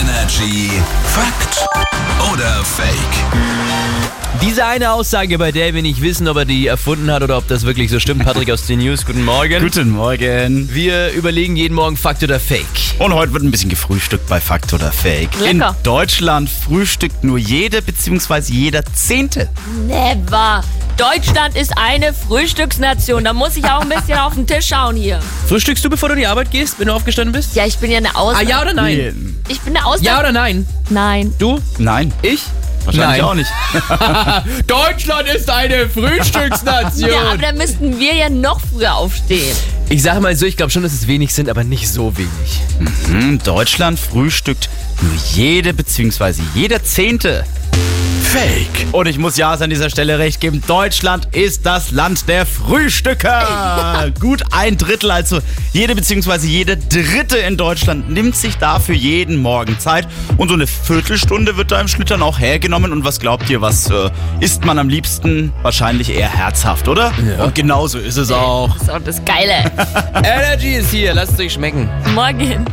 Energy Fakt oder Fake? Diese eine Aussage, bei der wir nicht wissen, ob er die erfunden hat oder ob das wirklich so stimmt. Patrick aus den News, guten Morgen. Guten Morgen. Wir überlegen jeden Morgen Fakt oder Fake. Und heute wird ein bisschen gefrühstückt bei Fakt oder Fake. Lecker. In Deutschland frühstückt nur jede bzw. jeder Zehnte. Never. Deutschland ist eine Frühstücksnation. Da muss ich auch ein bisschen auf den Tisch schauen hier. Frühstückst du, bevor du in die Arbeit gehst, wenn du aufgestanden bist? Ja, ich bin ja eine Ausnahme. Ah, ja oder nein? Nee, Ich bin eine Ausnahme. Ja oder nein? Nein. Du? Nein. Ich? Wahrscheinlich Nein. auch nicht. Deutschland ist eine Ja, aber Frühstücksnation. dann müssten wir ja noch früher aufstehen. ich sage mal so, ich glaube schon, dass es wenig sind, aber nicht so wenig. In Hm, Deutschland frühstückt nur jede bzw. jeder Zehnte. Fake. Und ich muss Jas an dieser Stelle recht geben, Deutschland ist das Land der Frühstücker. Gut ein Drittel, also jede bzw. jede Dritte in Deutschland nimmt sich dafür jeden Morgen Zeit. Und so eine Viertelstunde wird da im Schnitt dann auch hergenommen. Und was glaubt ihr, was äh, isst man am liebsten? Wahrscheinlich eher herzhaft, oder? Ja. Und genauso ist es auch. Das ist auch das Geile. Energy ist hier, lasst es euch schmecken. Morgen.